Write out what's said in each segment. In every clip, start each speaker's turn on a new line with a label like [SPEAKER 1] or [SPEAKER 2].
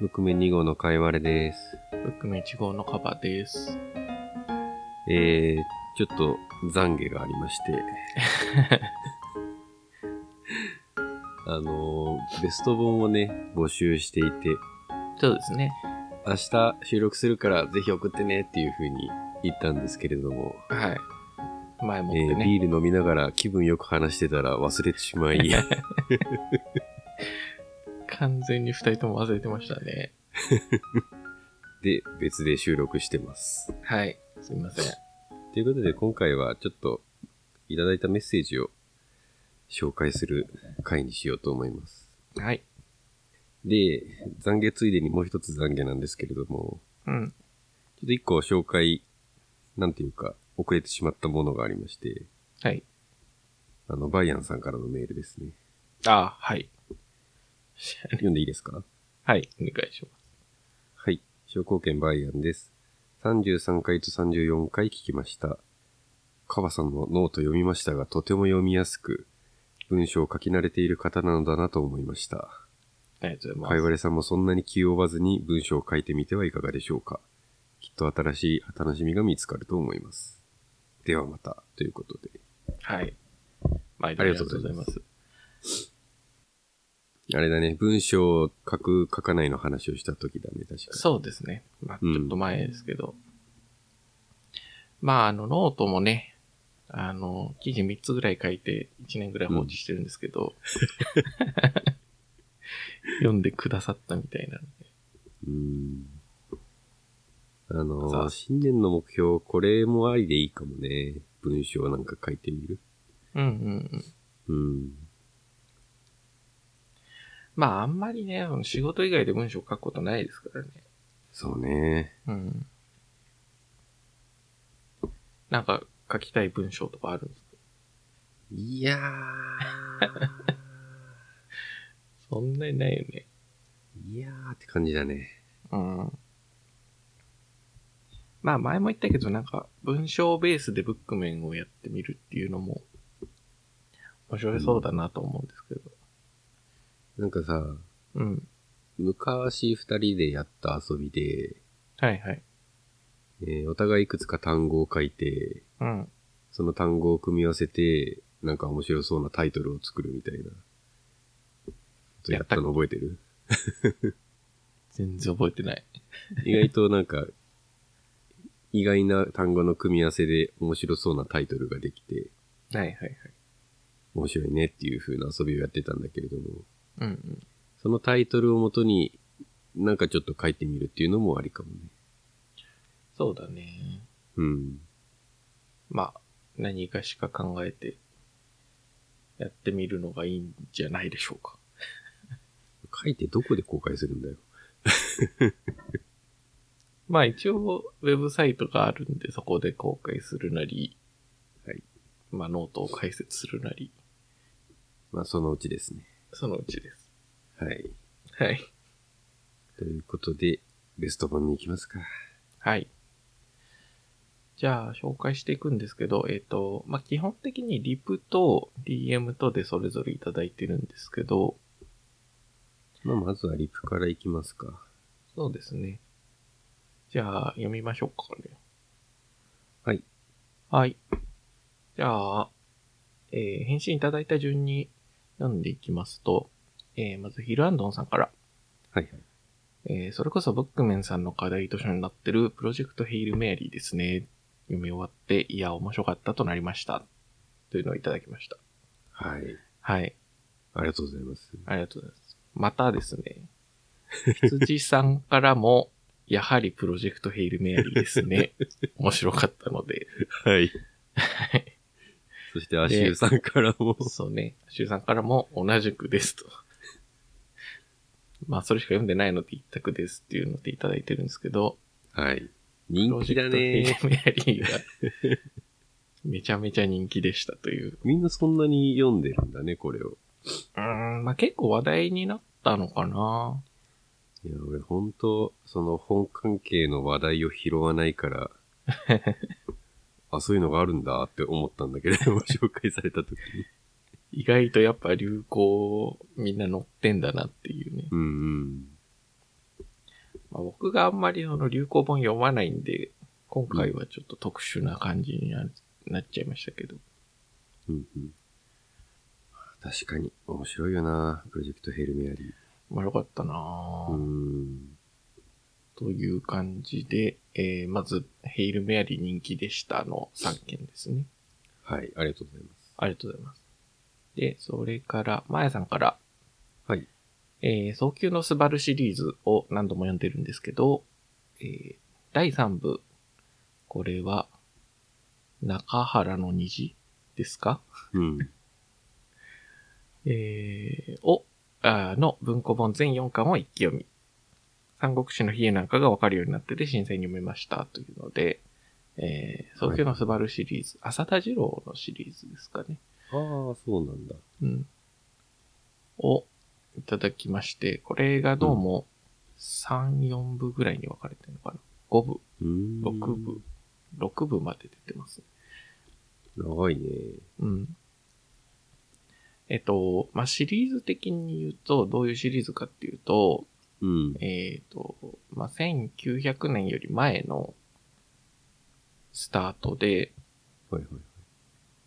[SPEAKER 1] 6名2号のかいわれです。
[SPEAKER 2] ブックメン1号のカバです。
[SPEAKER 1] えー、ちょっと懺悔がありまして。 あのー、ベスト本をね、募集していて、
[SPEAKER 2] そうですね。
[SPEAKER 1] 明日収録するからぜひ送ってねっていう風に言ったんですけれども、
[SPEAKER 2] はい。前もっ
[SPEAKER 1] え
[SPEAKER 2] て
[SPEAKER 1] ー
[SPEAKER 2] ね。
[SPEAKER 1] ビール飲みながら気分よく話してたら忘れてし まい、
[SPEAKER 2] 完全に二人とも忘れてましたね。
[SPEAKER 1] で、別で収録してます。
[SPEAKER 2] はい。すいません。
[SPEAKER 1] ということで、今回はちょっといただいたメッセージを紹介する回にしようと思います。
[SPEAKER 2] はい。
[SPEAKER 1] で、懺悔ついでにもう一つ懺悔なんですけれども、
[SPEAKER 2] うん。
[SPEAKER 1] ちょっと一個紹介、なんていうか、遅れてしまったものがありまして、
[SPEAKER 2] はい。
[SPEAKER 1] あの、バイアンさんからのメールですね。
[SPEAKER 2] あ、はい。
[SPEAKER 1] 読んでいいですか
[SPEAKER 2] はい。お願いしま
[SPEAKER 1] はい。商工券バイアンです。33回と34回聞きました。カバさんのノート読みましたが、とても読みやすく、文章を書き慣れている方なのだなと思いました。
[SPEAKER 2] す。ありがとうござ
[SPEAKER 1] かい
[SPEAKER 2] いま
[SPEAKER 1] われさんもそんなに気負わずに文章を書いてみてはいかがでしょうか。きっと新しい楽しみが見つかると思います。ではまた、ということで。
[SPEAKER 2] す。はい。毎度
[SPEAKER 1] あ
[SPEAKER 2] あ
[SPEAKER 1] り
[SPEAKER 2] り
[SPEAKER 1] が
[SPEAKER 2] が
[SPEAKER 1] と
[SPEAKER 2] と
[SPEAKER 1] う
[SPEAKER 2] う
[SPEAKER 1] ござ
[SPEAKER 2] ござ
[SPEAKER 1] い
[SPEAKER 2] い
[SPEAKER 1] ま
[SPEAKER 2] ますす。
[SPEAKER 1] あれだね、文章を書く、書かないの話をした時だね、確か
[SPEAKER 2] そうですね。まあ、
[SPEAKER 1] うん
[SPEAKER 2] ちょっと前ですけど。まあ、あの、ノートもね、あの、記事3つぐらい書いて、1年ぐらい放置してるんです けど、読んでくださったみたいな。
[SPEAKER 1] に。うん。あ
[SPEAKER 2] さ
[SPEAKER 1] の、
[SPEAKER 2] あ
[SPEAKER 1] 新年の目標、これもありでいいかもね。文章なんか書いてみる。
[SPEAKER 2] うんうんう
[SPEAKER 1] う
[SPEAKER 2] ん。
[SPEAKER 1] ん。
[SPEAKER 2] まあ、あんまりね、あの仕事以外で文章書くことないですからね。
[SPEAKER 1] そうね。
[SPEAKER 2] うん。なんか、書きたい文章とかあるんですか
[SPEAKER 1] いや
[SPEAKER 2] そんなにないよね。
[SPEAKER 1] ー。いやーって感じだね。
[SPEAKER 2] うん。まあ前も言ったけど、なんか文章ベースでブック面をやってみるっていうのも面白そうだなと思うんですけど。
[SPEAKER 1] なんかさ、
[SPEAKER 2] うん。
[SPEAKER 1] 昔二人でやった遊びで、
[SPEAKER 2] はいはい。
[SPEAKER 1] えーお互いいくつか単語を書いて、
[SPEAKER 2] うん。
[SPEAKER 1] その単語を組み合わせて、なんか面白そうなタイトルを作るみたいな。やったの覚えてる
[SPEAKER 2] 全然覚えてない。
[SPEAKER 1] 意外となんか、意外な単語の組み合わせで面白そうなタイトルができて、
[SPEAKER 2] はいはいはい。
[SPEAKER 1] 面白いねっていう風な遊びをやってたんだけれども、
[SPEAKER 2] うんうん。
[SPEAKER 1] そのタイトルをもとに、なんかちょっと書いてみるっていうのもありかもね。
[SPEAKER 2] そうだね。
[SPEAKER 1] うん。
[SPEAKER 2] まあ、何かしか考えてやってみるのがいいんじゃないでしょうか。
[SPEAKER 1] 書いてどこで公開するんだよ。
[SPEAKER 2] まあ一応、ウェブサイトがあるんで、そこで公開するなり、
[SPEAKER 1] はい。
[SPEAKER 2] まあノートを解説するなり、
[SPEAKER 1] まあそのうちですね。
[SPEAKER 2] そのうちです。
[SPEAKER 1] はい。
[SPEAKER 2] はい。
[SPEAKER 1] ということで、ベスト本に行きますか。
[SPEAKER 2] はい。じゃあ、紹介していくんですけど、えっ、と、まあ、基本的にリプと DM とでそれぞれいただいてるんですけど、
[SPEAKER 1] まあ、まずはリプから行きますか。
[SPEAKER 2] そうですね。じゃあ、読みましょうかね。
[SPEAKER 1] はい。
[SPEAKER 2] はい。じゃあ、えー返信いただいた順に読んでいきますと、えーまずヒルアンドンさんから、
[SPEAKER 1] はいはい。
[SPEAKER 2] えーそれこそブックメンさんの課題図書になってるプロジェクトヘイルメアリーですね。読み終わって、いや、面白かったとなりました。というのをいただきました。
[SPEAKER 1] はい。
[SPEAKER 2] はい。
[SPEAKER 1] ありがとうございます。
[SPEAKER 2] ありがとうございます。またですね、 羊さんからも、やはりプロジェクトヘイルメアリーですね。面白かったので。
[SPEAKER 1] はい。そして、アシューさんからも。
[SPEAKER 2] そうね。シュウさんからも同じくですと。 まあ、それしか読んでないので一択ですっていうのでいただいてるんですけど、
[SPEAKER 1] はい。
[SPEAKER 2] プ
[SPEAKER 1] 人
[SPEAKER 2] ロ
[SPEAKER 1] 気
[SPEAKER 2] ジェ
[SPEAKER 1] だ
[SPEAKER 2] クトヘ
[SPEAKER 1] ね。
[SPEAKER 2] イルメアリーがめちゃめちゃ人気でしたという。
[SPEAKER 1] みんなそんなに読んでるんだね、これを。
[SPEAKER 2] うーん、まあ結構話題になったのかない
[SPEAKER 1] や、俺、本当その本関係の話題を拾わない から、あ、そういうのがあるんだって思ったんだ けれども、紹介された時に。
[SPEAKER 2] 意外とやっぱ流行みんな乗ってんだなっていうね。
[SPEAKER 1] うんうん。
[SPEAKER 2] 僕があんまりその流行本読まないんで、今回はちょっと特殊な感じになるなっちゃいましたけど。
[SPEAKER 1] うんうん。確かに、面白いよなプロジェクトヘルメアリー。
[SPEAKER 2] まあよかったな
[SPEAKER 1] う
[SPEAKER 2] ぁ、
[SPEAKER 1] ーん。
[SPEAKER 2] という感じで、えー、まず、ヘイルメアリー人気でしたの3件ですね。
[SPEAKER 1] はい、ありがとうございます。
[SPEAKER 2] ありがとうございます。で、それから、まやさんから、
[SPEAKER 1] はい。
[SPEAKER 2] えー、早急のスバルシリーズを何度も読んでるんですけど、えー、第3部、これは、中原の虹ですか
[SPEAKER 1] うん。
[SPEAKER 2] えー、を、あーの文庫本全4巻を一気読み。三国志の比叡なんかがわかるようになってて、新鮮に読めました。というので、えー、早急のスバルシリーズ、浅田次郎のシリーズですかね。
[SPEAKER 1] ああ、そうなんだ。
[SPEAKER 2] うん。をいただきまして、これがどうも3、4部ぐらいに分かれてるのかな。5部、
[SPEAKER 1] うーん。
[SPEAKER 2] 6部、6部まで出てますね。
[SPEAKER 1] 長いね。
[SPEAKER 2] うん。えっと、まあ、シリーズ的に言うと、どういうシリーズかっていうと、
[SPEAKER 1] うん。
[SPEAKER 2] えっと、まあ、1900年より前のスタートで、
[SPEAKER 1] はいはい。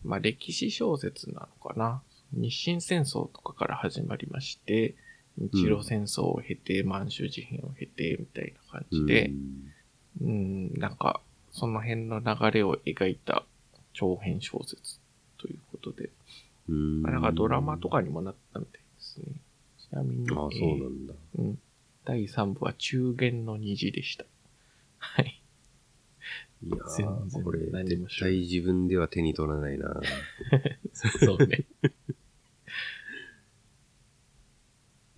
[SPEAKER 2] まあ、歴史小説なのかな。日清戦争とかから始まりまして、日露戦争を経て、満州事変を経て、みたいな感じで
[SPEAKER 1] う、ん
[SPEAKER 2] うん、なんか、その辺の流れを描いた長編小説ということで、
[SPEAKER 1] うーん。
[SPEAKER 2] まあなんかドラマと
[SPEAKER 1] か。
[SPEAKER 2] かにもなったみたいですね。ちなみに、
[SPEAKER 1] ああ、そう
[SPEAKER 2] え
[SPEAKER 1] な
[SPEAKER 2] ー
[SPEAKER 1] んだ。
[SPEAKER 2] うん、第3部は中元の虹でした。はい。
[SPEAKER 1] いや
[SPEAKER 2] 全然
[SPEAKER 1] ー、これ、
[SPEAKER 2] 何も
[SPEAKER 1] 絶
[SPEAKER 2] 知らな
[SPEAKER 1] 対自分では手に取らないな
[SPEAKER 2] そうね。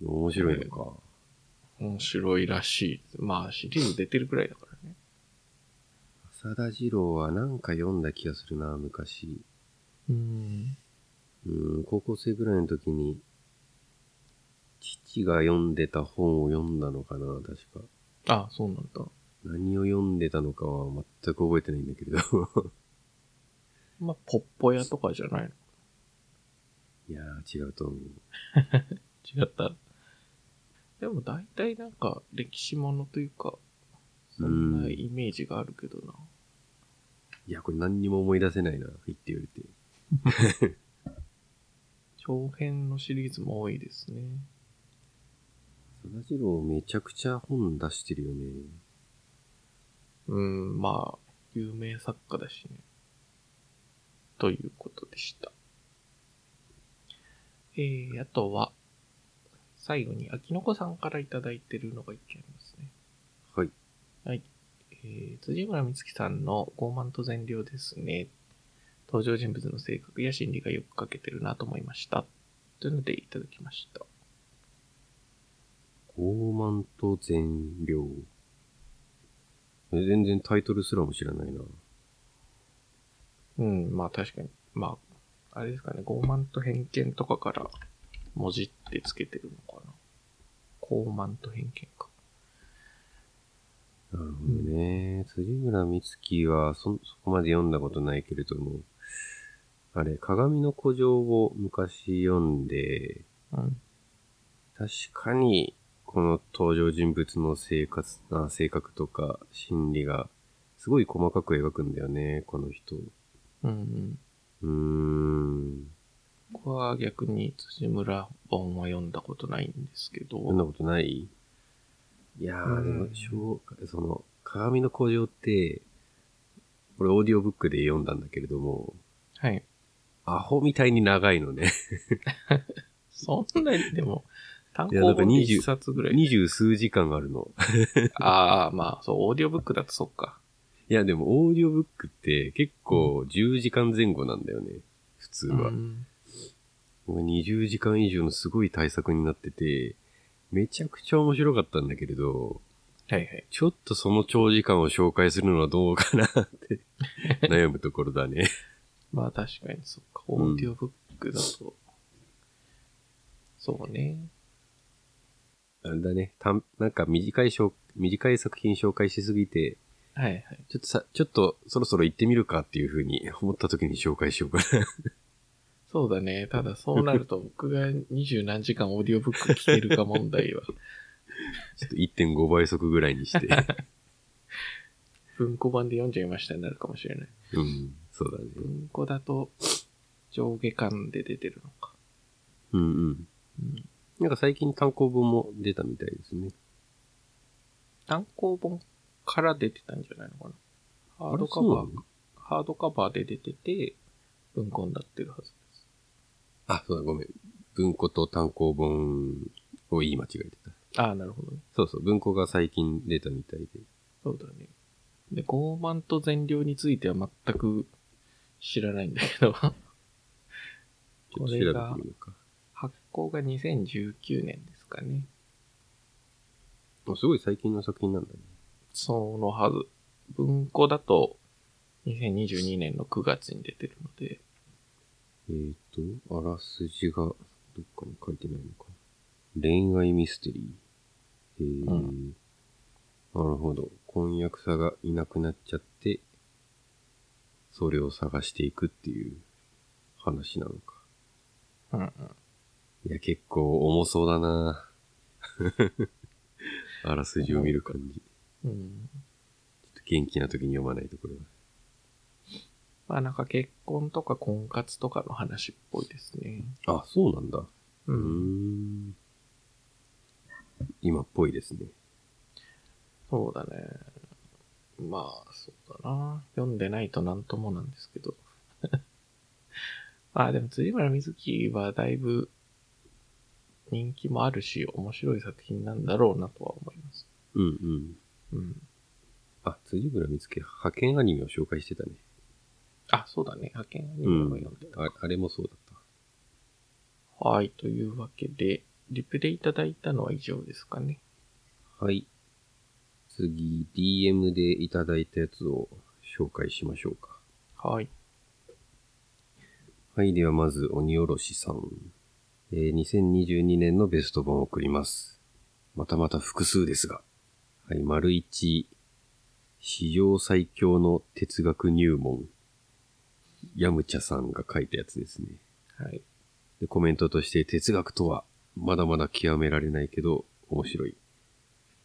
[SPEAKER 1] 面白いのか。
[SPEAKER 2] 面白いらしい。まあ、シリーズ出てるくらいだからね。
[SPEAKER 1] 浅田次郎はなんか読んだ気がするな昔。
[SPEAKER 2] うん。
[SPEAKER 1] うん、高校生ぐらいの時に、父が読んでた本を読んだのかな確か。
[SPEAKER 2] あ、そうなんだ。
[SPEAKER 1] 何を読んでたのかは全く覚えてないんだけれど。
[SPEAKER 2] まあ、ポッポ屋とかじゃないの
[SPEAKER 1] いやー、違うと思う。
[SPEAKER 2] 違った。でも大体なんか歴史ものというか、そんなイメージがあるけどな。
[SPEAKER 1] いや、これ何にも思い出せないな。言って言われて。
[SPEAKER 2] 長編のシリーズも多いですね。
[SPEAKER 1] 浅田次郎めちゃくちゃ本出してるよね。
[SPEAKER 2] うん、まあ、有名作家だしね。ということでした。えー、あとは、最後に、秋の子さんからいただいてるのが一件ありますね。
[SPEAKER 1] はい。
[SPEAKER 2] はい。えー、辻村美月さんの傲慢と善良ですね。登場人物の性格や心理がよく欠けてるなと思いました。というのでいただきました。
[SPEAKER 1] 傲慢と善良。え全然タイトルすらも知らないな。
[SPEAKER 2] うん、まあ確かに。まあ、あれですかね、傲慢と偏見とかから文字ってつけてるのかな。傲慢と偏見か。
[SPEAKER 1] なるほどね。辻村美月はそ、そこまで読んだことないけれども、あれ、鏡の古城を昔読んで、
[SPEAKER 2] うん。
[SPEAKER 1] 確かに、この登場人物の生活、あ性格とか心理が、すごい細かく描くんだよね、この人。う
[SPEAKER 2] うんう
[SPEAKER 1] ー
[SPEAKER 2] ん。
[SPEAKER 1] ん。
[SPEAKER 2] 僕は逆に辻村本は読んだことないんですけど。
[SPEAKER 1] 読んなことないいやー、で
[SPEAKER 2] うん
[SPEAKER 1] も、しょうその、鏡の古城って、これオーディオブックで読んだんだけれども、
[SPEAKER 2] はい。
[SPEAKER 1] アホみたいに長いのね。
[SPEAKER 2] そんなに、でも、単行
[SPEAKER 1] いやなんか
[SPEAKER 2] 本で
[SPEAKER 1] 20
[SPEAKER 2] 1冊ぐらい。
[SPEAKER 1] 二十数時間あるの。
[SPEAKER 2] ああ、まあ、そう、オーディオブックだとそっか。
[SPEAKER 1] いや、でもオーディオブックって結構10時間前後なんだよね。普通は。
[SPEAKER 2] ん。
[SPEAKER 1] 僕20時間以上のすごい対策になってて、めちゃくちゃ面白かったんだけれど、
[SPEAKER 2] はいはい。
[SPEAKER 1] ちょっとその長時間を紹介するのはどうかなって 悩むところだね。
[SPEAKER 2] まあ確かに、そっか、オーディオブックだと。そうね。
[SPEAKER 1] あれだね。たんなんか短いしょ短い作品紹介しすぎて、
[SPEAKER 2] はいはい。
[SPEAKER 1] ちょっとさ、ちょっとそろそろ行ってみるかっていうふうに思った時に紹介しようかな。
[SPEAKER 2] そうだ ね。ただそうなると僕が二十何時間オーディオブック聞けるか問題は
[SPEAKER 1] ちょっと1.5倍速ぐらいに して。
[SPEAKER 2] 文庫版で読んじゃいましたになるかもしれない。
[SPEAKER 1] うん、そうだね。
[SPEAKER 2] 文庫だと、上下巻で出てるのか。
[SPEAKER 1] うんうん。
[SPEAKER 2] うん
[SPEAKER 1] なんか最近単行本も出たみたいですね。
[SPEAKER 2] 単行本から出てたんじゃないのかな。ハードカ
[SPEAKER 1] あ
[SPEAKER 2] バ
[SPEAKER 1] れ
[SPEAKER 2] ー
[SPEAKER 1] そうなの、
[SPEAKER 2] ハードカバーで出てて、文庫になってるはずです。
[SPEAKER 1] あ、そうだ、ごめん。文庫と単行本を言い間違えてた。
[SPEAKER 2] ああ、なるほどね。
[SPEAKER 1] そうそう、文庫が最近出たみたいで。
[SPEAKER 2] そうだね。で、傲慢と善良については全く知らないんだけ ど、
[SPEAKER 1] ちょっと調べてみようか。
[SPEAKER 2] 発行が2019年ですかね。
[SPEAKER 1] もうすごい最近の作品なんだね。
[SPEAKER 2] そのはず。文庫だと、2022年の9月に出てるので、
[SPEAKER 1] えーと、あらすじがどっかに書いてないのかな。恋愛ミステリー。えー
[SPEAKER 2] う
[SPEAKER 1] なるほど。婚約者がいなくなっちゃって、それを探していくっていう話なのか。
[SPEAKER 2] うんうん。
[SPEAKER 1] いや、結構重そうだな あらすじを見る感じ。
[SPEAKER 2] うん。
[SPEAKER 1] ちょっと元気な時に読まないとこれは。
[SPEAKER 2] まあなんか結婚とか婚活とかの話っぽいですね。
[SPEAKER 1] あ、そうなんだ。
[SPEAKER 2] う
[SPEAKER 1] うーん。今っぽいですね。
[SPEAKER 2] そうだね。まあ、そうだな。読んでないとなんともなんですけど。 まあでも、辻村瑞希はだいぶ人気もあるし、面白い作品なんだろうなとは思います。
[SPEAKER 1] うんうん。
[SPEAKER 2] うん。
[SPEAKER 1] あ、辻村見つけ、派遣アニメを紹介してたね。
[SPEAKER 2] あ、そうだね。派遣アニメも読んでた。
[SPEAKER 1] ああれもそうだった。
[SPEAKER 2] はい。というわけで、リプでいただいたのは以上ですかね。
[SPEAKER 1] はい。次、DM でいただいたやつを紹介しましょうか。
[SPEAKER 2] はい。
[SPEAKER 1] はい、ではまず、鬼おろしさん。えー2022年のベスト本を送ります。またまた複数ですが。はい、丸1、史上最強の哲学入門。ヤムチャさんが書いたやつですね。
[SPEAKER 2] はい。
[SPEAKER 1] で、コメントとして、哲学とは、まだまだ極められないけど、面白い。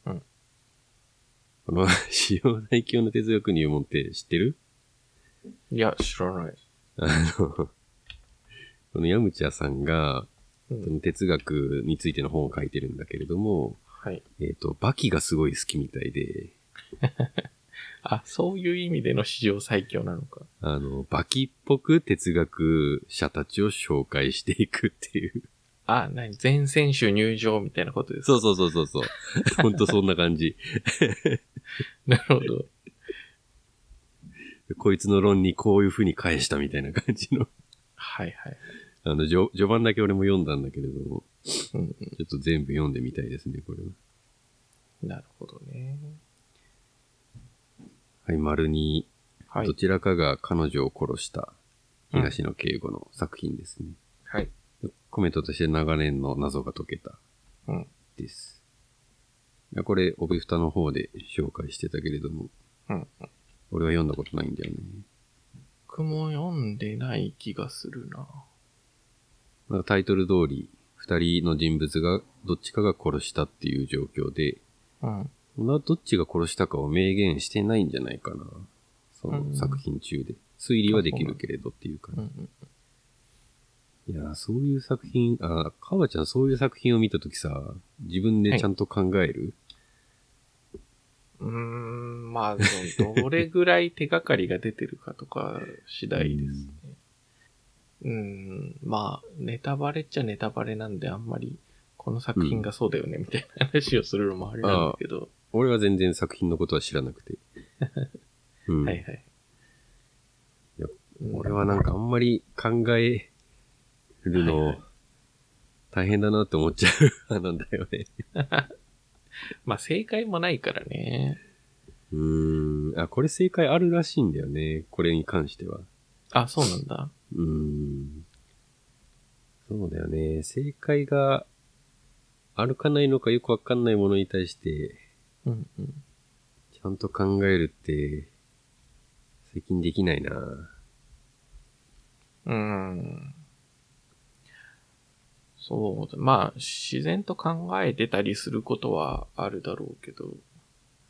[SPEAKER 2] うん。
[SPEAKER 1] この、 使用最強の哲学入門って知ってる
[SPEAKER 2] いや、知らない。
[SPEAKER 1] あの、このヤムチャさんが、そ
[SPEAKER 2] うん。
[SPEAKER 1] の哲学についての本を書いてるんだけれども、
[SPEAKER 2] はい。
[SPEAKER 1] えっ、と、バキがすごい好きみたいで、
[SPEAKER 2] あ、そういう意味での史上最強なのか。
[SPEAKER 1] あの、バキっぽく哲学者たちを紹介していくっていう。
[SPEAKER 2] あ、なに全選手入場みたいなことですか
[SPEAKER 1] そうそうそうそうそう。ほんとそんな感じ。
[SPEAKER 2] なるほど。
[SPEAKER 1] こいつの論にこういう風に返したみたいな感じの。
[SPEAKER 2] はいはい。
[SPEAKER 1] あの、序序盤だけ俺も読んだんだけれども、
[SPEAKER 2] うん
[SPEAKER 1] ちょっと全部読んでみたいですね、これは。
[SPEAKER 2] うん、なるほどね。
[SPEAKER 1] はい、丸に、
[SPEAKER 2] は
[SPEAKER 1] ど
[SPEAKER 2] い。
[SPEAKER 1] ちらかが彼女を殺した東野圭吾の作品ですね。
[SPEAKER 2] はい。
[SPEAKER 1] コメントとして長年の謎が解けた。
[SPEAKER 2] うん。
[SPEAKER 1] です。いやこれ、オビフタの方で紹介してたけれども、
[SPEAKER 2] うん。
[SPEAKER 1] 俺は読んだことないんだよね。
[SPEAKER 2] 僕も読んでない気がするな。
[SPEAKER 1] なんかタイトル通り、二人の人物が、どっちかが殺したっていう状況で、
[SPEAKER 2] うん。
[SPEAKER 1] まあどっちが殺したかを明言してないんじゃないかな。そ
[SPEAKER 2] うん
[SPEAKER 1] の作品中で。推理はできるけれどっていう
[SPEAKER 2] うんう
[SPEAKER 1] 感
[SPEAKER 2] ん。
[SPEAKER 1] じ。いやー、そういう作品、あー、かわちゃんそういう作品を見たときさ、自分でちゃんと考える、
[SPEAKER 2] うーん、まあ、でもどれぐらい手がかりが出てるかとか次第ですね。うん、まあ、ネタバレっちゃネタバレなんで、あんまり、この作品がそうだよね、みたいな話をするのもあれなんだけど、
[SPEAKER 1] 俺は全然作品のことは知らなく て。うん
[SPEAKER 2] はいはい。
[SPEAKER 1] いや
[SPEAKER 2] うん
[SPEAKER 1] 俺はなんかあんまり考える
[SPEAKER 2] は
[SPEAKER 1] の
[SPEAKER 2] いは
[SPEAKER 1] 大変だなって思っちゃう 派なんだよね。
[SPEAKER 2] まあ、正解もないからね。
[SPEAKER 1] うーん。あ、これ正解あるらしいんだよね。これに関しては。
[SPEAKER 2] あ、そうなんだ。
[SPEAKER 1] うーん。そうだよね。正解があるかないのかよくわかんないものに対して
[SPEAKER 2] うんうん。
[SPEAKER 1] ちゃんと考えるって最近できないな。
[SPEAKER 2] うーん。そう、まあ、自然と考えてたりすることはあるだろうけど、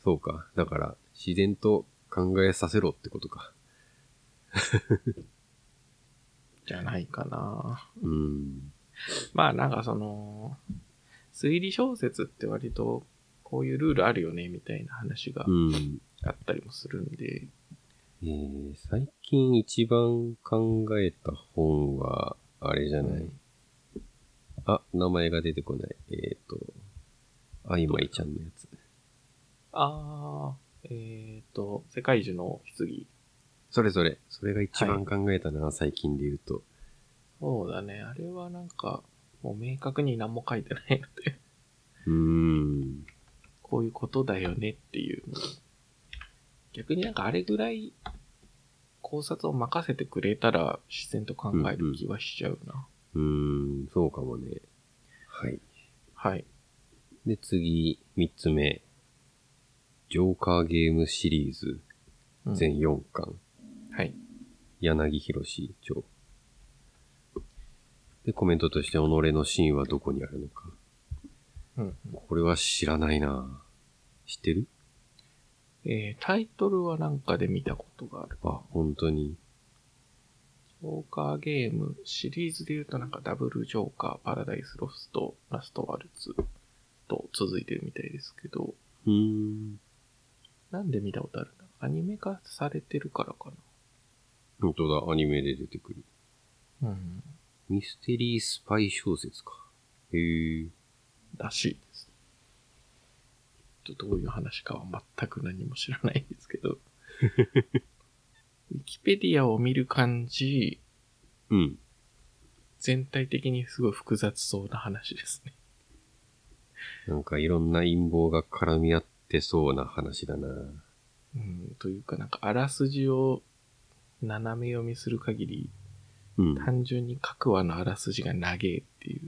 [SPEAKER 1] そうか。だから、自然と考えさせろってことか。
[SPEAKER 2] じゃないかな。
[SPEAKER 1] うん。
[SPEAKER 2] まあ、なんかその、推理小説って割と、こういうルールあるよね、みたいな話が
[SPEAKER 1] うん。
[SPEAKER 2] あったりもするんで、
[SPEAKER 1] えー、最近一番考えた本は、あれじゃない、あ、名前が出てこない。えっ、と、あいまいちゃんのやつ。
[SPEAKER 2] あー、えっ、と、世界中の棺。
[SPEAKER 1] それそれ。それが一
[SPEAKER 2] は
[SPEAKER 1] 番考えたな、最近で言うと。
[SPEAKER 2] そうだね、あれはなんか、もう明確に何も書いてないので、
[SPEAKER 1] うーん。
[SPEAKER 2] こういうことだよねっていう。逆になんかあれぐらい考察を任せてくれたら自然と考える気はしちゃうな。
[SPEAKER 1] うーん、そうかもね。はい。
[SPEAKER 2] はい。
[SPEAKER 1] で、次、三つ目。ジョーカーゲームシリーズ、
[SPEAKER 2] うん
[SPEAKER 1] 全4巻。
[SPEAKER 2] はい。
[SPEAKER 1] 柳博士長。で、コメントとして、己の真はどこにあるのか。
[SPEAKER 2] うんうん
[SPEAKER 1] これは知らないな知ってる
[SPEAKER 2] えータイトルはなんかで見たことがある。
[SPEAKER 1] あ、本当に。
[SPEAKER 2] ジョーカーゲームシリーズで言うとなんかダブルジョーカー、パラダイスロスト、ラストワルツと続いてるみたいですけど、
[SPEAKER 1] うーん。
[SPEAKER 2] なんで見たことあるんだアニメ化されてるからか
[SPEAKER 1] 本当だ、アニメで出てくる。
[SPEAKER 2] な。うん。
[SPEAKER 1] ミステリースパイ小説か。へえ。
[SPEAKER 2] らしいです。ちょっとどういう話かは全く何も知らないんですけど。ウィキペディアを見る感じ、
[SPEAKER 1] うん。
[SPEAKER 2] 全体的にすごい複雑そうな話ですね。
[SPEAKER 1] なんかいろんな陰謀が絡み合ってそうな話だな
[SPEAKER 2] うん、というかなんかあらすじを斜め読みする限り、
[SPEAKER 1] うん。
[SPEAKER 2] 単純に各話のあらすじが長えって いう。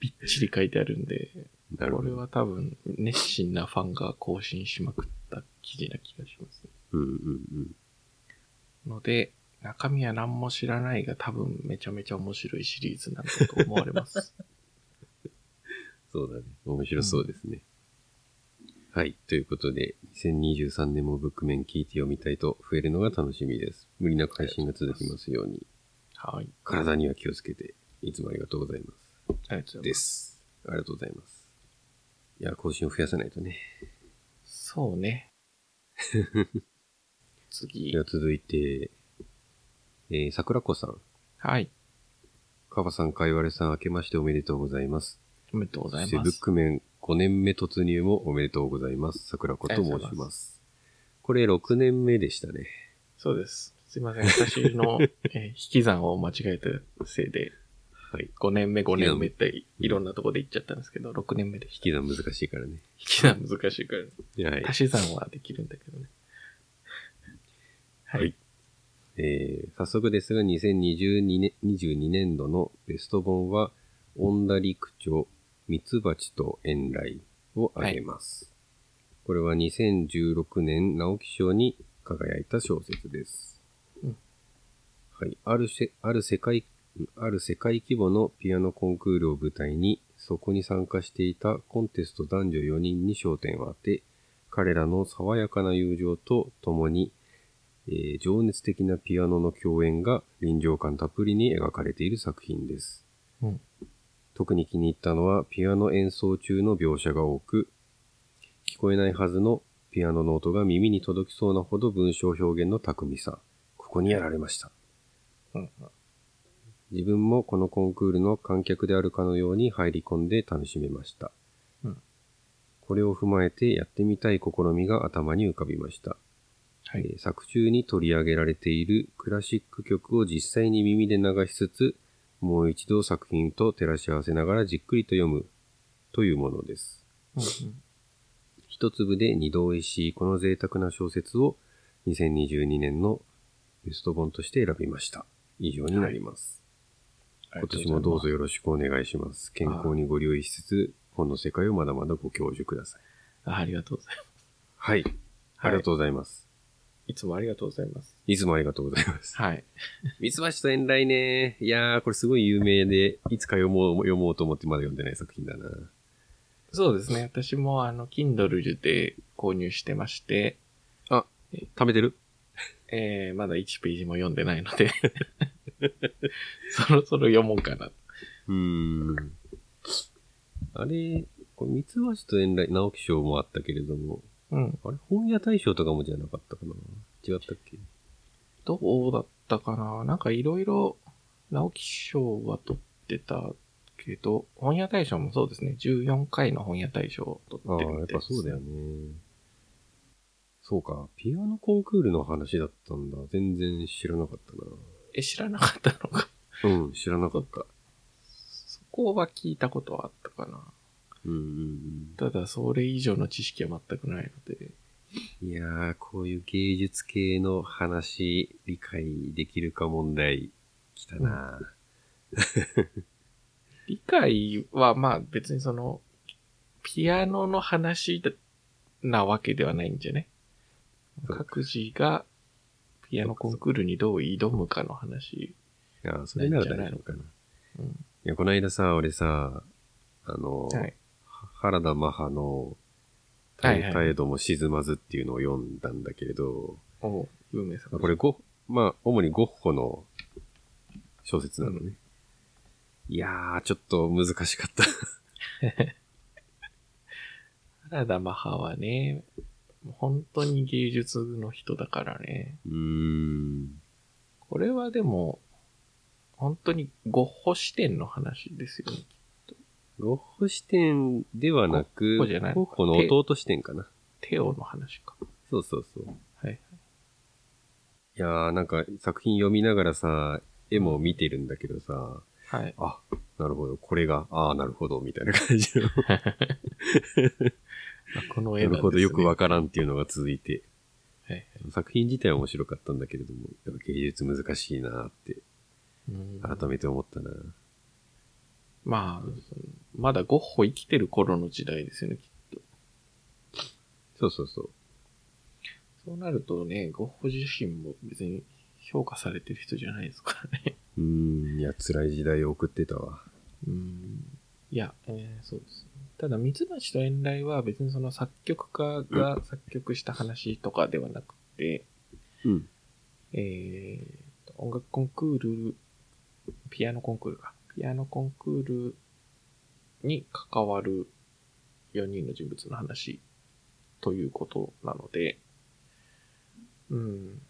[SPEAKER 2] びっちり書いてあるんで、
[SPEAKER 1] なる
[SPEAKER 2] こ
[SPEAKER 1] ほ
[SPEAKER 2] れ
[SPEAKER 1] ど。
[SPEAKER 2] は多分熱心なファンが更新しまくった記事な気がします、ね。
[SPEAKER 1] うんうんうん。
[SPEAKER 2] ので、中身は何も知らないが多分めちゃめちゃ面白いシリーズなんだと思われ ます。
[SPEAKER 1] そうだね。面白そうですね。はい。ということで、2023年もブック面聞いて読みたいと増えるのが楽しみです。無理なく配信が続きますように、
[SPEAKER 2] はい。
[SPEAKER 1] 体には気をつけて、いつもありがとうございま
[SPEAKER 2] ありがとう
[SPEAKER 1] す。
[SPEAKER 2] ござい
[SPEAKER 1] で
[SPEAKER 2] ます。
[SPEAKER 1] す。ありがとうございます。いや、更新を増やさないとね。
[SPEAKER 2] そうね。 次
[SPEAKER 1] では。続いて、えー、桜子さん。
[SPEAKER 2] はい。
[SPEAKER 1] かばさん、かいわれさん、明けましておめでとうございます。
[SPEAKER 2] おめでとうご
[SPEAKER 1] そ
[SPEAKER 2] ざ
[SPEAKER 1] し
[SPEAKER 2] い
[SPEAKER 1] て
[SPEAKER 2] ま
[SPEAKER 1] ブッ
[SPEAKER 2] す。
[SPEAKER 1] クメン5年目突入もおめでとうございます。桜子と申し
[SPEAKER 2] ありが
[SPEAKER 1] ま
[SPEAKER 2] とう
[SPEAKER 1] す。
[SPEAKER 2] ございま
[SPEAKER 1] これ6年目でしたね。
[SPEAKER 2] そうです。すいません。私 の、えー引き算を間違えたせいで、
[SPEAKER 1] はい。
[SPEAKER 2] 5年目、5年目っていろんなとこで言っちゃったんですけど、6年目で引き
[SPEAKER 1] 引き算難しいからね。
[SPEAKER 2] 引き算難しいから、
[SPEAKER 1] はい。
[SPEAKER 2] 足し算はできるんだけどね。はい。
[SPEAKER 1] えー、早速ですが、2022年 ,22 年度のベスト本は、恩田陸長、ミツバチと遠雷を挙げます。これは2016年直木賞に輝いた小説です。
[SPEAKER 2] うん
[SPEAKER 1] はい。あるせ、ある世界、ある世界規模のピアノコンクールを舞台に、そこに参加していたコンテスト男女4人に焦点を当て、彼らの爽やかな友情と共にえー情熱的なピアノの共演が臨場感たっぷりに描かれている作品です。
[SPEAKER 2] うん
[SPEAKER 1] 特に気に入ったのはピアノ演奏中の描写が多く、聞こえないはずのピアノの音が耳に届きそうなほど文章表現の巧みさ。ここにやられました。
[SPEAKER 2] うん
[SPEAKER 1] 自分もこのコンクールの観客であるかのように入り込んで楽しめました。
[SPEAKER 2] うん
[SPEAKER 1] これを踏まえてやってみたい試みが頭に浮かびました。
[SPEAKER 2] はい。
[SPEAKER 1] えー作中に取り上げられているクラシック曲を実際に耳で流しつつ、もう一度作品と照らし合わせながらじっくりと読むというものです。
[SPEAKER 2] うんうん
[SPEAKER 1] 一粒で二度おいしいこの贅沢な小説を2022年のベスト本として選びました。以上になります。今年もどうぞ。よろしくお願いします。健康にご留意しつつ、本の世界をまだまだご教授ください。
[SPEAKER 2] あありがとうございます。
[SPEAKER 1] はい。ありがとうございます。
[SPEAKER 2] いつもありがとうございます。
[SPEAKER 1] いつもありがとうございます。
[SPEAKER 2] はい。
[SPEAKER 1] ミツバチと遠雷ね。いやー、これすごい有名で、いつか読もう、読もうと思ってまだ読んでない作品だな。
[SPEAKER 2] そうですね。私も、あの、Kindle で購入してまして、
[SPEAKER 1] 貯めてる
[SPEAKER 2] えー、まだ1ページも読んでない ので、そろそろ読もうかな。
[SPEAKER 1] うーん。あれ、これ、ミツバチと遠雷、直木賞もあったけれども、
[SPEAKER 2] うん。
[SPEAKER 1] あれ、本屋大賞とかもじゃなかったかな違ったっけ
[SPEAKER 2] どうだったかななんかいろいろ、直木賞は取ってたけど、本屋大賞もそうですね。14回の本屋大賞を取
[SPEAKER 1] あ
[SPEAKER 2] っ
[SPEAKER 1] あ、
[SPEAKER 2] て
[SPEAKER 1] や
[SPEAKER 2] るん
[SPEAKER 1] っ
[SPEAKER 2] で。
[SPEAKER 1] ぱそうだよね。そうか、ピアノコンクールの話だったんだ。全然知らなかった
[SPEAKER 2] え、知らなかったのか。
[SPEAKER 1] な。うん、知らなかった。
[SPEAKER 2] そこは聞いたことはあったかな。
[SPEAKER 1] うんうん
[SPEAKER 2] ただ、それ以上の知識は全くないので。
[SPEAKER 1] うん。いやー、こういう芸術系の話、理解できるか問題、来たな。
[SPEAKER 2] 理解は、まあ別にその、ピアノの話だなわけではないんじゃね。
[SPEAKER 1] そう
[SPEAKER 2] 各自がピアノコンクールにどう挑むかの話。
[SPEAKER 1] ああ、それなら大丈夫かな。い
[SPEAKER 2] うん
[SPEAKER 1] や、こないださ、俺さ、あの、
[SPEAKER 2] はい。
[SPEAKER 1] 原田マハの、
[SPEAKER 2] はい
[SPEAKER 1] 態
[SPEAKER 2] はい
[SPEAKER 1] 度も沈まずっていうのを読んだんだけれど、
[SPEAKER 2] おう、運命さ
[SPEAKER 1] まあ
[SPEAKER 2] ん。
[SPEAKER 1] これ、ゴッ、まあ、主にゴッホの小説なのね。いやー、ちょっと難しかった。
[SPEAKER 2] 原田マハはね、本当に芸術の人だからね。
[SPEAKER 1] うーん。
[SPEAKER 2] これはでも、本当にゴッホ視点の話ですよね。
[SPEAKER 1] ゴッホ視点ではなく、
[SPEAKER 2] ゴッホじゃない
[SPEAKER 1] ゴッホの弟視点かな。
[SPEAKER 2] テオの話か。
[SPEAKER 1] そうそうそう。
[SPEAKER 2] はい。
[SPEAKER 1] いやー、なんか作品読みながらさ、絵も見てるんだけどさ、
[SPEAKER 2] はい。
[SPEAKER 1] あ、なるほど、これが、ああ、なるほど、みたいな感じの。
[SPEAKER 2] あこの絵
[SPEAKER 1] な
[SPEAKER 2] な
[SPEAKER 1] る
[SPEAKER 2] んです、ね、
[SPEAKER 1] ほど、よくわからんっていうのが続いて、
[SPEAKER 2] はいはい
[SPEAKER 1] 作品自体は面白かったんだけれども、やっぱ芸術難しいなーって、
[SPEAKER 2] うん
[SPEAKER 1] 改めて思ったな。
[SPEAKER 2] まあ、まだゴッホ生きてる頃の時代ですよね、きっと。
[SPEAKER 1] そうそうそう。
[SPEAKER 2] そうなるとね、ゴッホ自身も別に評価されてる人じゃないですからね。
[SPEAKER 1] うーん、いや、辛い時代を送ってたわ。
[SPEAKER 2] うん。いや、えーそうです、ね。ただ、ミツバチと遠雷は別にその作曲家が作曲した話とかではなくて、
[SPEAKER 1] うん。
[SPEAKER 2] えーと、音楽コンクール、ピアノコンクールか。ピアノコンクールに関わる4人の人物の話ということなので、うん。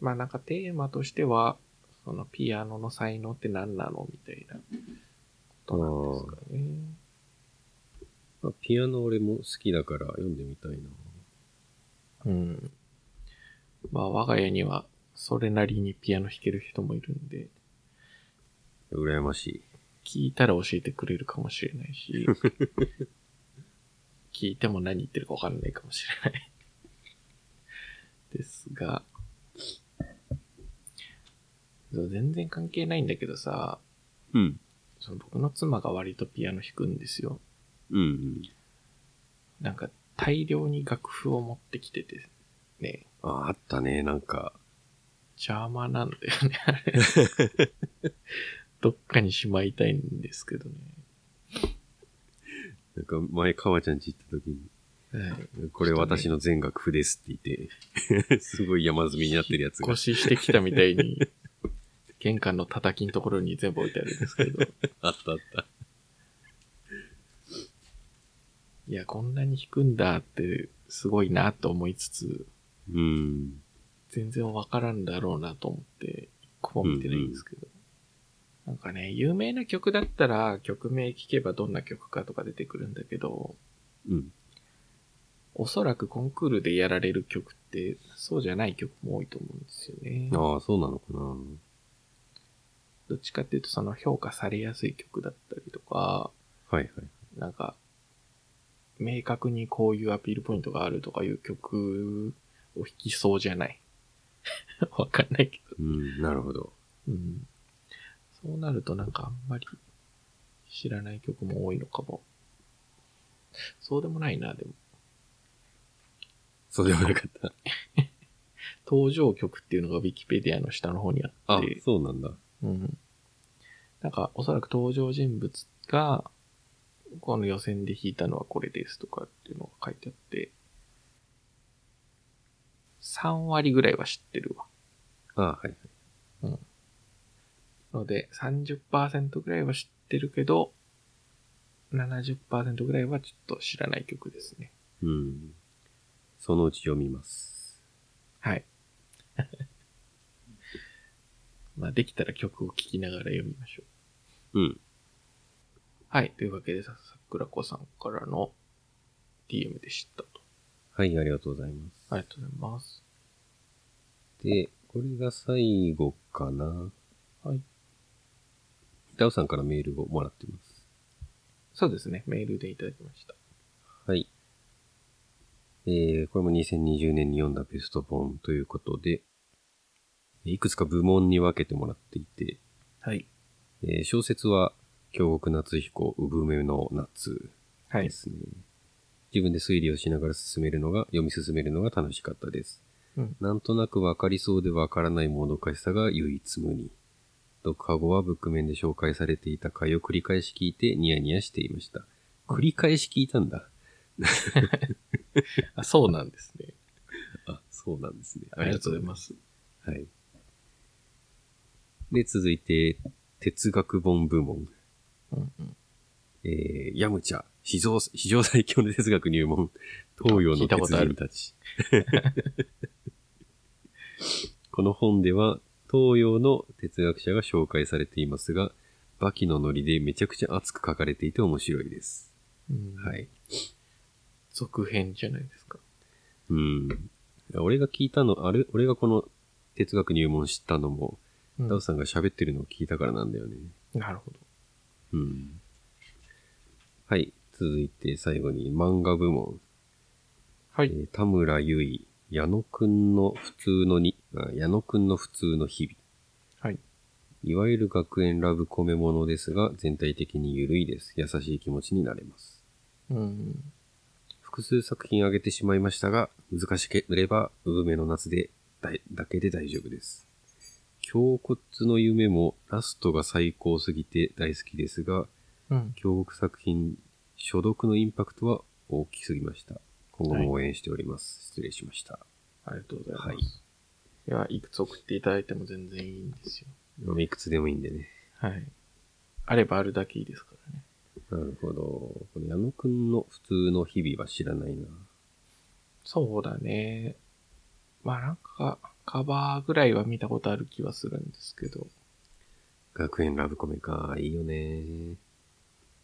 [SPEAKER 2] まあなんかテーマとしては、そのピアノの才能って何なのみたいなことなんですかね。
[SPEAKER 1] あピアノ俺も好きだから読んでみたいな。
[SPEAKER 2] うん。まあ我が家にはそれなりにピアノ弾ける人もいるんで、
[SPEAKER 1] 羨ましい。
[SPEAKER 2] 聞いたら教えてくれるかもしれないし、聞いても何言ってるかわかんないかもしれない。ですが、そう全然関係ないんだけどさ、
[SPEAKER 1] うん。
[SPEAKER 2] その僕の妻が割とピアノ弾くんですよ。
[SPEAKER 1] うん。
[SPEAKER 2] なんか大量に楽譜を持ってきてて、ね、
[SPEAKER 1] あ、あったね、なんか。
[SPEAKER 2] 邪魔なんだよね、あれ。 どっかにしまいたいんですけどね。
[SPEAKER 1] なんか前、かわちゃんち行った時
[SPEAKER 2] はい
[SPEAKER 1] に、これ私の全楽譜ですって言 って、すごい山積みになってるやつ
[SPEAKER 2] 引
[SPEAKER 1] が
[SPEAKER 2] っ。越ししてきたみた いに、玄関の叩きのところに全部置いてあるんですけど。
[SPEAKER 1] あったあった。
[SPEAKER 2] いや、こんなに弾くんだって、すごいなと思いつつ、
[SPEAKER 1] うん。
[SPEAKER 2] 全然わからんだろうなと思って、一個も見てないんですけど。なんかね、有名な曲だったら、曲名聞けばどんな曲かとか出てくるんだけど、
[SPEAKER 1] うん。
[SPEAKER 2] おそらくコンクールでやられる曲って、そうじゃない曲も多いと思うんですよね。
[SPEAKER 1] ああ、そうなのかな。
[SPEAKER 2] どっちかっていうと、その評価されやすい曲だったりとか、
[SPEAKER 1] はいはい。
[SPEAKER 2] なんか、明確にこういうアピールポイントがあるとかいう曲を弾きそうじゃない。 わかんないけど。
[SPEAKER 1] うん、なるほど。
[SPEAKER 2] うん。そうなるとなんかあんまり知らない曲も多いのかも。そうでもないな、でも。
[SPEAKER 1] そうではなかった。
[SPEAKER 2] 登場曲っていうのが Wikipedia の下の方にあっ
[SPEAKER 1] あ
[SPEAKER 2] て、、
[SPEAKER 1] そうなんだ。
[SPEAKER 2] うん。なんか、おそらく登場人物が、この予選で弾いたのはこれですとかっていうのが書いてあって、3割ぐらいは知ってるわ。
[SPEAKER 1] あはい。
[SPEAKER 2] ので、30%ぐらいは知ってるけど、70%ぐらいはちょっと知らない曲ですね。
[SPEAKER 1] うん。そのうち読みます。
[SPEAKER 2] はい。 まあ、できたら曲を聴きながら読みましょう。
[SPEAKER 1] うん。
[SPEAKER 2] はい。というわけで、さくらこさんからの DM でしたと。
[SPEAKER 1] はい、ありがとうございます。
[SPEAKER 2] ありがとうございます。
[SPEAKER 1] で、これが最後かな。
[SPEAKER 2] はい。
[SPEAKER 1] ダウさんからメールをもらってます。
[SPEAKER 2] そうですね。メールでいただきました。
[SPEAKER 1] はい。えー、これも2020年に読んだベスト本ということで、いくつか部門に分けてもらっていて、
[SPEAKER 2] はい。
[SPEAKER 1] えー小説は、京極夏彦、産めの夏
[SPEAKER 2] は
[SPEAKER 1] で
[SPEAKER 2] い。
[SPEAKER 1] すね。自分で推理をしながら進めるのが、読み進めるのが楽しかったです。
[SPEAKER 2] うん。
[SPEAKER 1] なんとなくわかりそうでわからないもどかしさが唯一無二。読破後はブック面で紹介されていた回を繰り返し聞いてニヤニヤしていました。繰り返し聞いたんだ。
[SPEAKER 2] あ、そうなんですね。
[SPEAKER 1] あ、そうなんですね。
[SPEAKER 2] ありがとうございま
[SPEAKER 1] す。
[SPEAKER 2] す。
[SPEAKER 1] はい。で、続いて、哲学本部門。
[SPEAKER 2] うんうん。
[SPEAKER 1] えー、ヤムチャ、史上、史上最強の哲学入門、東洋
[SPEAKER 2] 聞
[SPEAKER 1] の
[SPEAKER 2] いたこ
[SPEAKER 1] 哲
[SPEAKER 2] とあ
[SPEAKER 1] 人
[SPEAKER 2] る
[SPEAKER 1] たち。 この本では、東洋の哲学者が紹介されていますが、バキのノリでめちゃくちゃ熱く書かれていて面白いです。
[SPEAKER 2] うん
[SPEAKER 1] は。い。
[SPEAKER 2] 続編じゃないですか。
[SPEAKER 1] うん。俺が聞いたの、あれ、俺がこの哲学入門知ったのも、
[SPEAKER 2] う
[SPEAKER 1] ダウさんが喋ってるのを聞いたからなんだよね。
[SPEAKER 2] なるほど。
[SPEAKER 1] うん。はい。続いて最後に漫画部門。
[SPEAKER 2] は
[SPEAKER 1] え
[SPEAKER 2] い。
[SPEAKER 1] ー田村ゆい、矢野くんの普通のに、あ矢野くんの普通の日々。
[SPEAKER 2] はい。
[SPEAKER 1] いわゆる学園ラブコメものですが、全体的に緩いです。優しい気持ちになれます。
[SPEAKER 2] うん。
[SPEAKER 1] 複数作品挙げてしまいましたが、難しければ、産めの夏で、だだけで大丈夫です。胸骨の夢もラストが最高すぎて大好きですが、
[SPEAKER 2] うん。
[SPEAKER 1] 京極作品、所読のインパクトは大きすぎました。今後も応援しております。失礼しました。
[SPEAKER 2] ありがとうございます。
[SPEAKER 1] はい
[SPEAKER 2] いや、いくつ送っていただいても全然いいんですよ。
[SPEAKER 1] いくつでもいいんでね。
[SPEAKER 2] はい。あればあるだけいいですからね。
[SPEAKER 1] なるほど。この矢野くんの普通の日々は知らないな。
[SPEAKER 2] そうだね。まあなんか、カバーぐらいは見たことある気はするんですけど、
[SPEAKER 1] 学園ラブコメか。いいよね。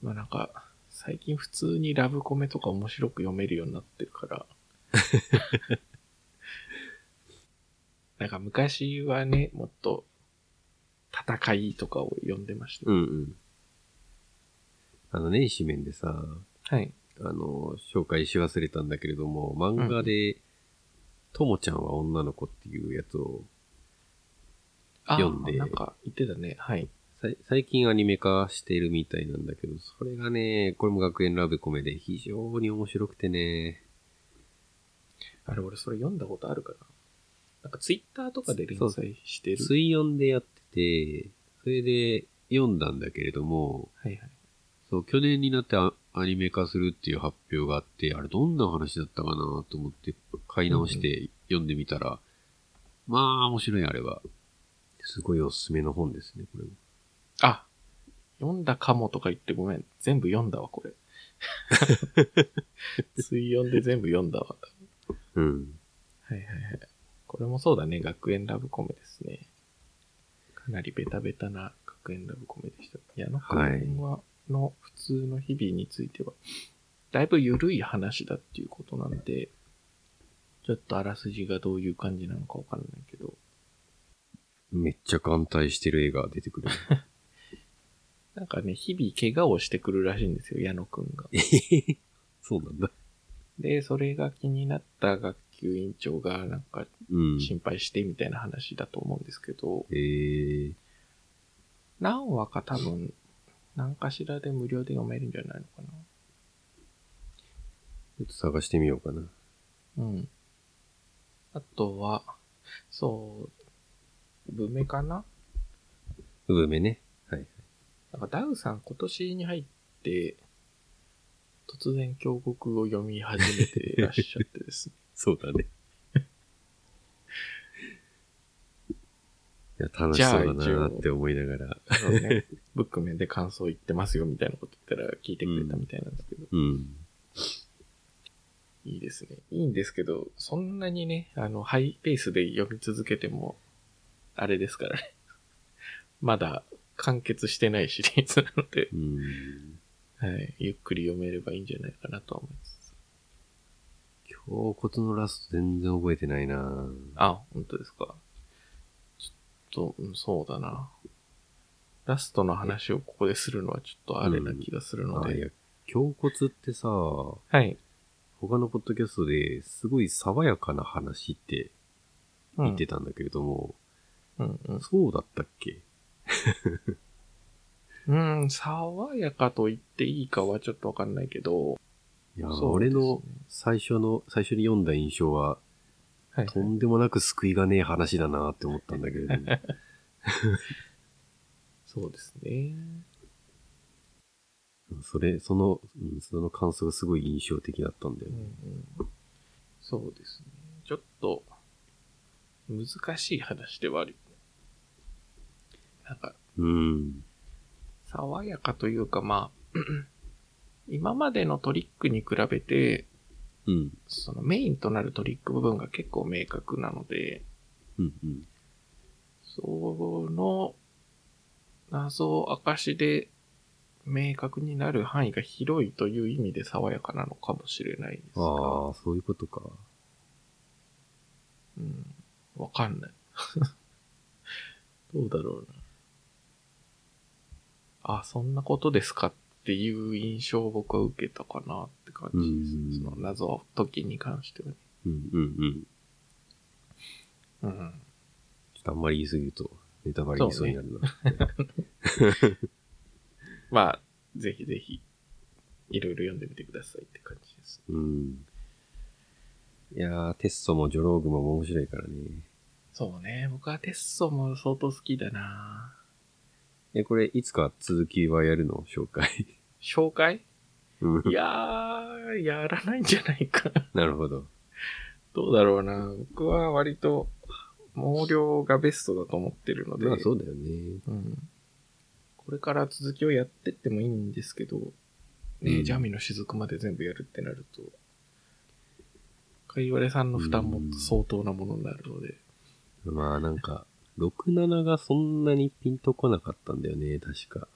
[SPEAKER 2] まあなんか、最近普通にラブコメとか面白く読めるようになってる から。なんか昔はね、もっと、戦いとかを読んでました。
[SPEAKER 1] うんうん。あのね、紙面でさ、
[SPEAKER 2] はい。
[SPEAKER 1] あの、紹介し忘れたんだけれども、漫画で、ともちゃんは女の子っていうやつを、
[SPEAKER 2] あ
[SPEAKER 1] 読んで
[SPEAKER 2] なんか言ってたね。はい。
[SPEAKER 1] さい最近アニメ化しているみたいなんだけど、それがね、これも学園ラブコメで非常に面白くてね。
[SPEAKER 2] あれ俺それ読んだことあるかな。なんかツイッターとかで連載してる。
[SPEAKER 1] 水音でやってて、それで読んだんだけれども、
[SPEAKER 2] はいはい。
[SPEAKER 1] そう、去年になってアアニメ化するっていう発表があって、あれどんな話だったかなと思って買い直して読んでみたら、まあ面白いあれは。すごいおすすめの本ですね、これも。
[SPEAKER 2] あ、読んだかもとか言ってごめん。全部読んだわ、こ れ。 水読んで全部読んだわ。
[SPEAKER 1] うん。
[SPEAKER 2] はいはいはい。これもそうだね。学園ラブコメですね。かなりベタベタな学園ラブコメでした。矢野くんは、の普通の日々については、だいぶ緩い話だっていうことなんで、ちょっとあらすじがどういう感じなのかわからないけど、
[SPEAKER 1] めっちゃ眼帯してる絵が出て くる。
[SPEAKER 2] なんかね、日々怪我をしてくるらしいんですよ、矢野くんが。
[SPEAKER 1] そうなんだ。
[SPEAKER 2] で、それが気になった学級委員長がなんか
[SPEAKER 1] うん。
[SPEAKER 2] 心配してみたいな話だと思うんですけど、
[SPEAKER 1] えー、
[SPEAKER 2] 何話か多分、何かしらで無料で読めるんじゃないのか
[SPEAKER 1] ちょっと探してみようかな。
[SPEAKER 2] な。うん。あとは、そう、文明かな
[SPEAKER 1] 産めね。はい。
[SPEAKER 2] なんかダウさん今年に入って、突然峡谷を読み始めていらっしゃってですね。
[SPEAKER 1] そうだね。 いや、楽
[SPEAKER 2] じ
[SPEAKER 1] し
[SPEAKER 2] ゃ
[SPEAKER 1] そ
[SPEAKER 2] あ
[SPEAKER 1] うだなって思いながら。
[SPEAKER 2] そうね。ブック面で感想言ってますよみたいなこと言ったら聞いてくれたみたいなんですけど。
[SPEAKER 1] うん。
[SPEAKER 2] いいですね。いいんですけど、そんなにね、あの、ハイペースで読み続けても、あれですからね。 まだ完結してないシリーズなので、
[SPEAKER 1] うん。
[SPEAKER 2] はい、ゆっくり読めればいいんじゃないかなとは思います。
[SPEAKER 1] 胸骨のラスト全然覚えてないな
[SPEAKER 2] あ、本当ですか。ちょっと、うんそうだな。ラストの話をここでするのはちょっとあれな気がするの
[SPEAKER 1] あ
[SPEAKER 2] で。
[SPEAKER 1] いや、胸骨ってさ、
[SPEAKER 2] はい。
[SPEAKER 1] 他のポッドキャストですごい爽やかな話って
[SPEAKER 2] う
[SPEAKER 1] 言
[SPEAKER 2] ん
[SPEAKER 1] ってたんだけれども、
[SPEAKER 2] うんうん
[SPEAKER 1] そうだったっけ
[SPEAKER 2] うん、爽やかと言っていいかはちょっとわかんないけど、
[SPEAKER 1] いや、
[SPEAKER 2] そう
[SPEAKER 1] 俺
[SPEAKER 2] ですね
[SPEAKER 1] の最初の、最初に読んだ印象は、
[SPEAKER 2] はい、
[SPEAKER 1] とんでもなく救いがねえ話だなって思ったんだけれども。
[SPEAKER 2] そうですね。
[SPEAKER 1] それ、その、うん、その感想がすごい印象的だったんだよ
[SPEAKER 2] うんう
[SPEAKER 1] ね。
[SPEAKER 2] んそうですね。ちょっと、難しい話ではある。なんか、
[SPEAKER 1] うん。
[SPEAKER 2] 爽やかというか、まあ、 今までのトリックに比べて、
[SPEAKER 1] うん。
[SPEAKER 2] そのメインとなるトリック部分が結構明確なので、
[SPEAKER 1] うん。うん。
[SPEAKER 2] その謎証で明確になる範囲が広いという意味で爽やかなのかもしれないですが、
[SPEAKER 1] ああ、そういうことか。
[SPEAKER 2] うん、わかんない。 どうだろうな。あ、そんなことですかっていう印象を僕は受けたかなって感じです
[SPEAKER 1] うん
[SPEAKER 2] ね。その謎解きに関してはね。
[SPEAKER 1] うんうんうん。
[SPEAKER 2] うん。
[SPEAKER 1] ちょっとあんまり言い過ぎると、ネタバレ言いそうになるな。
[SPEAKER 2] まあ、ぜひぜひ、いろいろ読んでみてくださいって感じです。
[SPEAKER 1] うん。いやー、テストもジョローグも面白いからね。
[SPEAKER 2] そうね。僕はテッソも相当好きだな
[SPEAKER 1] え、これ、いつか続きはやるの紹介。
[SPEAKER 2] 紹介
[SPEAKER 1] うん
[SPEAKER 2] いやー、やらないんじゃないか。
[SPEAKER 1] なるほど。
[SPEAKER 2] どうだろうな。僕は割と、毛量がベストだと思ってるので、
[SPEAKER 1] まあ、そうだよね。
[SPEAKER 2] うん、これから続きをやってってもいいんですけど、ね、
[SPEAKER 1] うん
[SPEAKER 2] ジャミの雫まで全部やるってなると、かいわれさんの負担も相当なものになるので、
[SPEAKER 1] まあ、なんか、67がそんなにピンとこなかったんだよね、確か。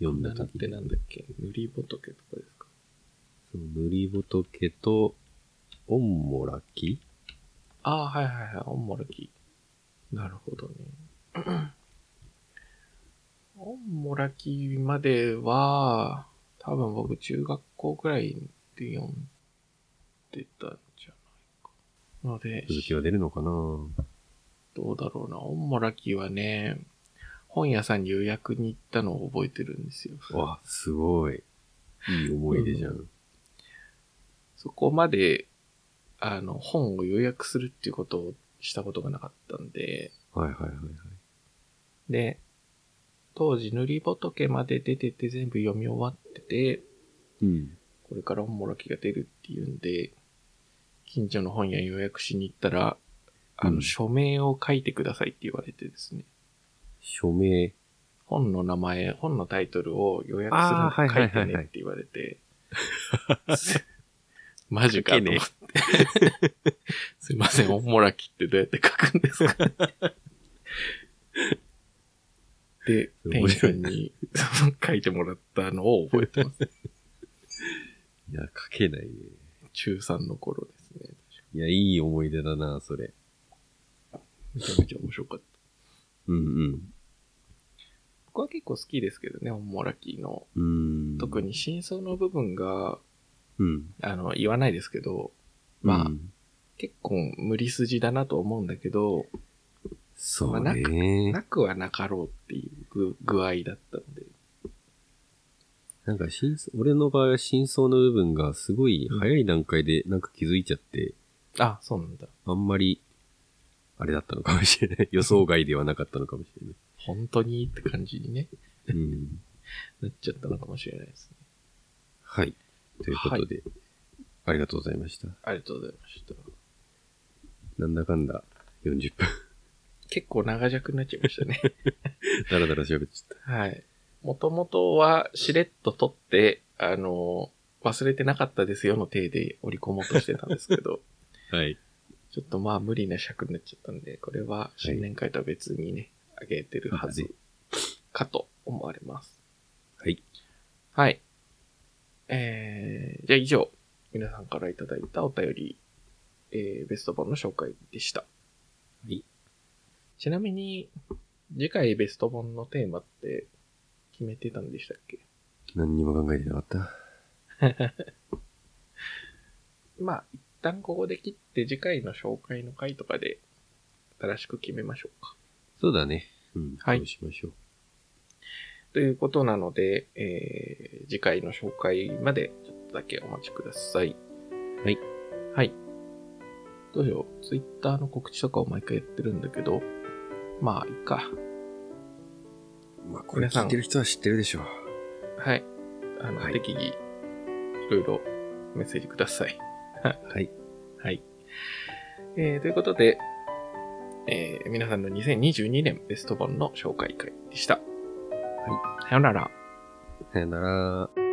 [SPEAKER 1] 読んだ
[SPEAKER 2] 7っ
[SPEAKER 1] 時
[SPEAKER 2] てなんだっけ塗り仏とかですか
[SPEAKER 1] その、塗り仏と、オンモラキ
[SPEAKER 2] ああ、はいはいはい、オンモラキ。なるほどね。 オンモラキまでは、多分僕中学校ぐらいで読んでたんじゃないか。ので、
[SPEAKER 1] 続きは出るのかな
[SPEAKER 2] どうだろうな。オンモラキはね、本屋さんに予約に行ったのを覚えてるんですよ。
[SPEAKER 1] わ、すごい。いい思い出じゃん。
[SPEAKER 2] そこまで、あの、本を予約するっていうことをしたことがなかったんで、
[SPEAKER 1] はいはいはいはい。
[SPEAKER 2] で、当時、塗り仏まで出てて全部読み終わってて、
[SPEAKER 1] うん。
[SPEAKER 2] これからおもろきが出るっていうんで、近所の本屋予約しに行ったら、あ
[SPEAKER 1] う
[SPEAKER 2] の、
[SPEAKER 1] ん
[SPEAKER 2] 署名を書いてくださいって言われてですね。
[SPEAKER 1] 署名。
[SPEAKER 2] 本の名前、本のタイトルを予約
[SPEAKER 1] あ
[SPEAKER 2] す
[SPEAKER 1] ー
[SPEAKER 2] る
[SPEAKER 1] はいはい
[SPEAKER 2] の書いて
[SPEAKER 1] はい
[SPEAKER 2] ね
[SPEAKER 1] は
[SPEAKER 2] っ
[SPEAKER 1] い
[SPEAKER 2] て言われて、 マジかと思って。 すいません、おもらきってどうやって書くんですか で、店員さんにその書いてもらったのを覚え てます。
[SPEAKER 1] いや、書けないね。
[SPEAKER 2] 中3の頃ですね。
[SPEAKER 1] いや、いい思い出だな、それ。
[SPEAKER 2] めちゃめちゃ面白かった。
[SPEAKER 1] うん
[SPEAKER 2] 僕は結構好きですけどね、おもらきの。
[SPEAKER 1] うん。うん。
[SPEAKER 2] 特。に真相の部分が、
[SPEAKER 1] うん。
[SPEAKER 2] あの、言わないですけど、まあ
[SPEAKER 1] うん
[SPEAKER 2] 結構無理筋だなと思うんだけど、
[SPEAKER 1] そう
[SPEAKER 2] まあなく
[SPEAKER 1] ね。
[SPEAKER 2] なくはなかろうっていう具具合だったので。
[SPEAKER 1] なんか真相、俺の場合は真相の部分がすごい早い段階でなんか気づいちゃって、
[SPEAKER 2] あ、そうなんだ。
[SPEAKER 1] あんまり、ああれだったのかもしれない。予想外ではなかったのかもしれない。
[SPEAKER 2] 本当にって感じにね、
[SPEAKER 1] うん。
[SPEAKER 2] なっちゃったのかもしれないですね。
[SPEAKER 1] はい。ということで、ありがとうございました。
[SPEAKER 2] ありがとうございました。
[SPEAKER 1] なんだかんだ40分。
[SPEAKER 2] 結構長尺になっちゃいました ね。
[SPEAKER 1] だらだら喋っちゃっ
[SPEAKER 2] はい。もともとは、しれっと撮って、あの、忘れてなかったですよの体で織り込もうとしてたんですけど、
[SPEAKER 1] た。はい。
[SPEAKER 2] ちょっとまあ無理な尺になっちゃったんで、これは新年会とは別にね、あ、げてるはず
[SPEAKER 1] はい
[SPEAKER 2] かと思われます。
[SPEAKER 1] はい。
[SPEAKER 2] はい。えー、じゃあ以上、皆さんからいただいたお便り、えー、ベスト本の紹介でした。
[SPEAKER 1] はい。
[SPEAKER 2] ちなみに、次回ベスト本のテーマって決めてたんでしたっけ
[SPEAKER 1] 何にも考えてなかった。
[SPEAKER 2] まあ、一旦ここで切って次回の紹介の回とかで新しく決めましょうか。
[SPEAKER 1] そうだね。うん。
[SPEAKER 2] はい
[SPEAKER 1] そうしましょう。
[SPEAKER 2] ということなので、えー次回の紹介までちょっとだけお待ちください。
[SPEAKER 1] はい。
[SPEAKER 2] はい。どうしよう。ツイッターの告知とかを毎回やってるんだけど、まあ、いいか。
[SPEAKER 1] まあ、これ聞いてる人は知ってるでしょう。
[SPEAKER 2] はい。あの、
[SPEAKER 1] はい
[SPEAKER 2] 適宜、いろいろメッセージください。
[SPEAKER 1] はい。
[SPEAKER 2] はい。えーということで、えー皆さんの2022年ベスト本の紹介会でした。はい。さよなら。
[SPEAKER 1] さよなら。